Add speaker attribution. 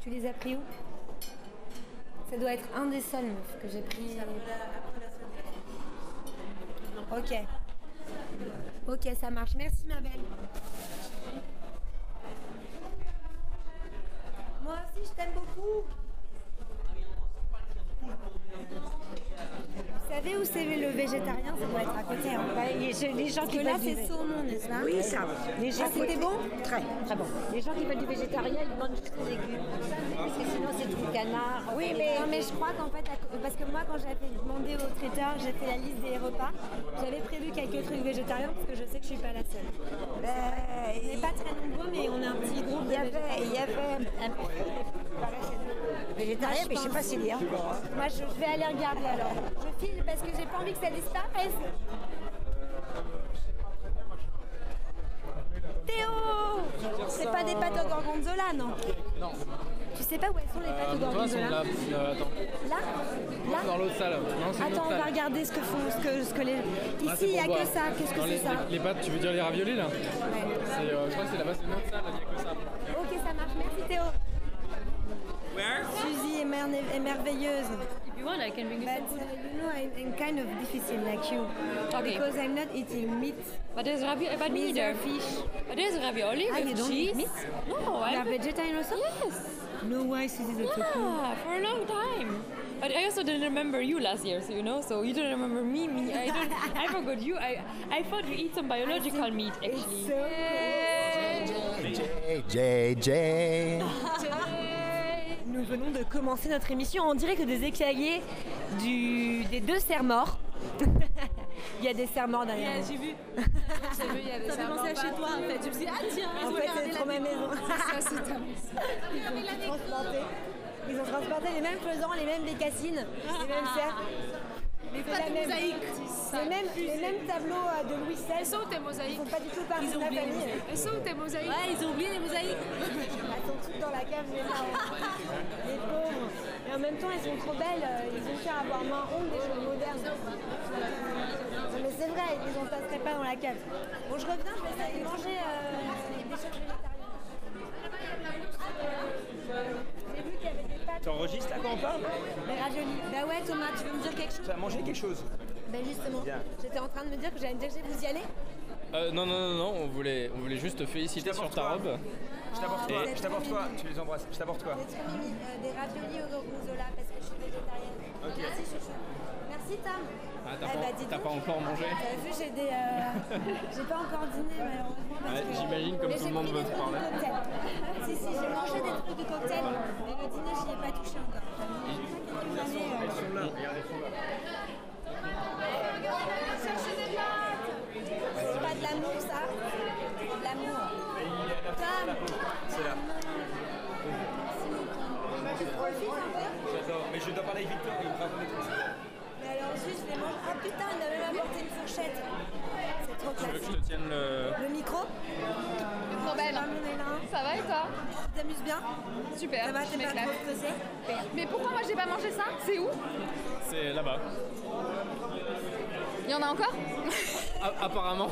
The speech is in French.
Speaker 1: tu les as pris où Ça doit être un des seuls meuf, que j'ai pris. Ok. Ok, ça marche. Merci ma belle. Moi aussi, je t'aime beaucoup. Vous savez où c'est le végétarien Ça doit être à côté. Hein.
Speaker 2: les, gens- les gens
Speaker 1: Parce
Speaker 2: qui
Speaker 1: que là,
Speaker 2: veulent du
Speaker 1: c'est
Speaker 2: vé-
Speaker 1: saumon, n'est-ce pas
Speaker 2: Oui, ça. Les gens
Speaker 1: Ah, c'était
Speaker 2: qui-
Speaker 1: bon
Speaker 2: Très, très bon. Les gens qui veulent du végétarien, ils demandent juste des légumes. Parce que sinon, c'est tout canard.
Speaker 1: Oui, mais, non, mais je crois qu'en fait, à co- parce que moi, quand j'avais demandé au traiteur, j'ai fait la liste des repas, j'avais prévu quelques trucs végétariens parce que je sais que je suis pas la seule.
Speaker 2: Ben,
Speaker 1: On n'est pas très nombreux, mais on a un petit groupe.
Speaker 2: il y avait, il y avait un petit végétarien, mais je ne sais pas s'il y a encore. hein.
Speaker 1: Moi, je vais aller regarder alors. Je file parce que j'ai pas envie que ça disparaisse. Théo C'est pas des pâtes au gorgonzola, non
Speaker 3: Non.
Speaker 1: Tu sais pas où elles sont les pâtes au
Speaker 3: toi, sont
Speaker 1: gorgonzola
Speaker 3: là. Euh, attends.
Speaker 1: Là Là
Speaker 3: Dans l'autre salle. Non, c'est une
Speaker 1: Ah. Attends,
Speaker 3: autre
Speaker 1: on va
Speaker 3: salle.
Speaker 1: regarder ce que font, ce que, ce que les.
Speaker 3: Ah,
Speaker 1: Ici,
Speaker 3: c'est
Speaker 1: il n'y
Speaker 3: pour
Speaker 1: a
Speaker 3: voir.
Speaker 1: que ça. Qu'est-ce que
Speaker 3: Non,
Speaker 1: c'est
Speaker 3: les,
Speaker 1: ça
Speaker 3: les- les pâtes, tu veux dire les raviolis là
Speaker 1: Ouais.
Speaker 3: C'est, euh, Je crois que c'est là-bas, c'est une autre salle, il n'y a que ça.
Speaker 1: Ok, ça marche. Merci Théo. Suzy est, mer- est merveilleuse.
Speaker 4: If you want, I can bring you
Speaker 1: But
Speaker 4: some food.
Speaker 1: uh, you know, I'm, I'm kind of difficult like you.
Speaker 4: Okay.
Speaker 1: Because I'm not eating meat,
Speaker 4: But there's ravioli. But me
Speaker 1: neither
Speaker 4: either.
Speaker 1: fish.
Speaker 4: But there's ravioli
Speaker 1: Ah, you
Speaker 4: with
Speaker 1: don't eat
Speaker 4: cheese.
Speaker 1: meat?
Speaker 4: No,
Speaker 1: You are
Speaker 4: I'm
Speaker 1: vegetarian also?
Speaker 4: yes.
Speaker 1: No, why Suzy is a cook.
Speaker 4: Yeah, Ah, for a long time. But I also didn't remember you last year, so you know. So you don't remember me. Me, I don't. I forgot you. I I thought you eat some biological
Speaker 5: Ah,
Speaker 4: meat actually.
Speaker 6: JJ.
Speaker 1: Nous venons de commencer notre émission. On dirait que des éclairiers du... des deux serres-morts. Il y a des serres-morts derrière. nous.
Speaker 5: J'ai vu. J'ai vu, il y avait ça. Ça me pensait à chez toi en fait. Je me suis dit, ah tiens,
Speaker 1: En fait, c'est trop ma maison.
Speaker 5: ça, c'est ta
Speaker 1: Transporté. Ils ont transporté les mêmes faisans, les mêmes bécassines, les mêmes cerfs.
Speaker 5: Les
Speaker 1: la
Speaker 5: pâtes
Speaker 1: même.
Speaker 5: mosaïques.
Speaker 1: Les mêmes, les mêmes tableaux euh, de Louis XVI.
Speaker 5: Elles ah. sont où tes
Speaker 1: Ils
Speaker 5: mosaïques
Speaker 1: font pas du tout partie
Speaker 5: Ils
Speaker 1: de
Speaker 5: ont
Speaker 1: ma
Speaker 5: oublié. les
Speaker 1: famille.
Speaker 5: mosaïques. Elles sont où tes mosaïques Ouais, ils ont oublié les mosaïques.
Speaker 1: Elles sont toutes dans la cave, les pauvres. Les pauvres. Et en même temps, elles sont trop belles. euh, Ils ont fait avoir moins honte des choses modernes. Non, mais c'est vrai, ils n'en passeraient pas dans la cave. Bon, je reviens, je vais essayer de manger euh, des choses végétariennes. J'ai vu qu'il y avait des pâtes.
Speaker 7: T'enregistres là quand on parle
Speaker 1: Des raviolis. Bah ouais, Thomas, tu veux me dire quelque chose
Speaker 7: Tu as mangé quelque chose
Speaker 1: Ben justement,
Speaker 7: Bien.
Speaker 1: j'étais en train de me dire que j'allais me dire que vous y allez.
Speaker 3: Euh, non, non, non, non, on voulait, on voulait juste te féliciter sur
Speaker 7: t'apporte
Speaker 3: ta
Speaker 7: quoi
Speaker 3: robe.
Speaker 7: Je t'apporte
Speaker 1: vous
Speaker 7: toi,
Speaker 1: êtes
Speaker 7: je t'apporte
Speaker 1: trop
Speaker 7: toi,
Speaker 1: mignons.
Speaker 7: tu les embrasses, je t'apporte toi.
Speaker 1: Des trucs, euh, des raviolis au gorgonzola parce que je suis végétarienne. Merci chouchou. Merci Tom.
Speaker 3: Ah, t'as
Speaker 1: Eh
Speaker 3: pas-
Speaker 1: bah, dis
Speaker 3: t'as
Speaker 1: donc.
Speaker 3: pas encore mangé
Speaker 1: T'as vu, j'ai des. euh, j'ai pas encore dîné malheureusement. parce
Speaker 3: Ouais,
Speaker 1: que-
Speaker 3: j'imagine comme
Speaker 1: Mais
Speaker 3: tout
Speaker 1: j'ai
Speaker 3: le monde
Speaker 1: pris des
Speaker 3: veut te
Speaker 1: trucs de
Speaker 3: parler.
Speaker 1: cocktail. si, si, j'ai mangé des trucs de cocktail, mais le dîner, j'y ai pas touché encore. Quelques années, euh, C'est pas de l'amour ça C'est de l'amour. Tom
Speaker 7: C'est là.
Speaker 1: Tu profites un peu
Speaker 7: J'adore, mais je dois parler avec Victor, il me raconte des trucs.
Speaker 1: Mais alors juste, je les mange. Ah putain, il a même apporté une fourchette. C'est trop
Speaker 3: Tu veux que je
Speaker 1: classique.
Speaker 3: te tienne le.
Speaker 1: Le micro
Speaker 5: Trop belle.
Speaker 1: Pas mon élan.
Speaker 5: Ça va et toi
Speaker 1: Tu t'amuses bien
Speaker 5: Super.
Speaker 1: Ça va,
Speaker 5: je
Speaker 1: t'es pas trop
Speaker 5: m'éclate.
Speaker 1: stressé
Speaker 5: Mais pourquoi moi j'ai pas mangé ça C'est où
Speaker 3: C'est là-bas.
Speaker 5: Il y en a encore
Speaker 3: A- apparemment.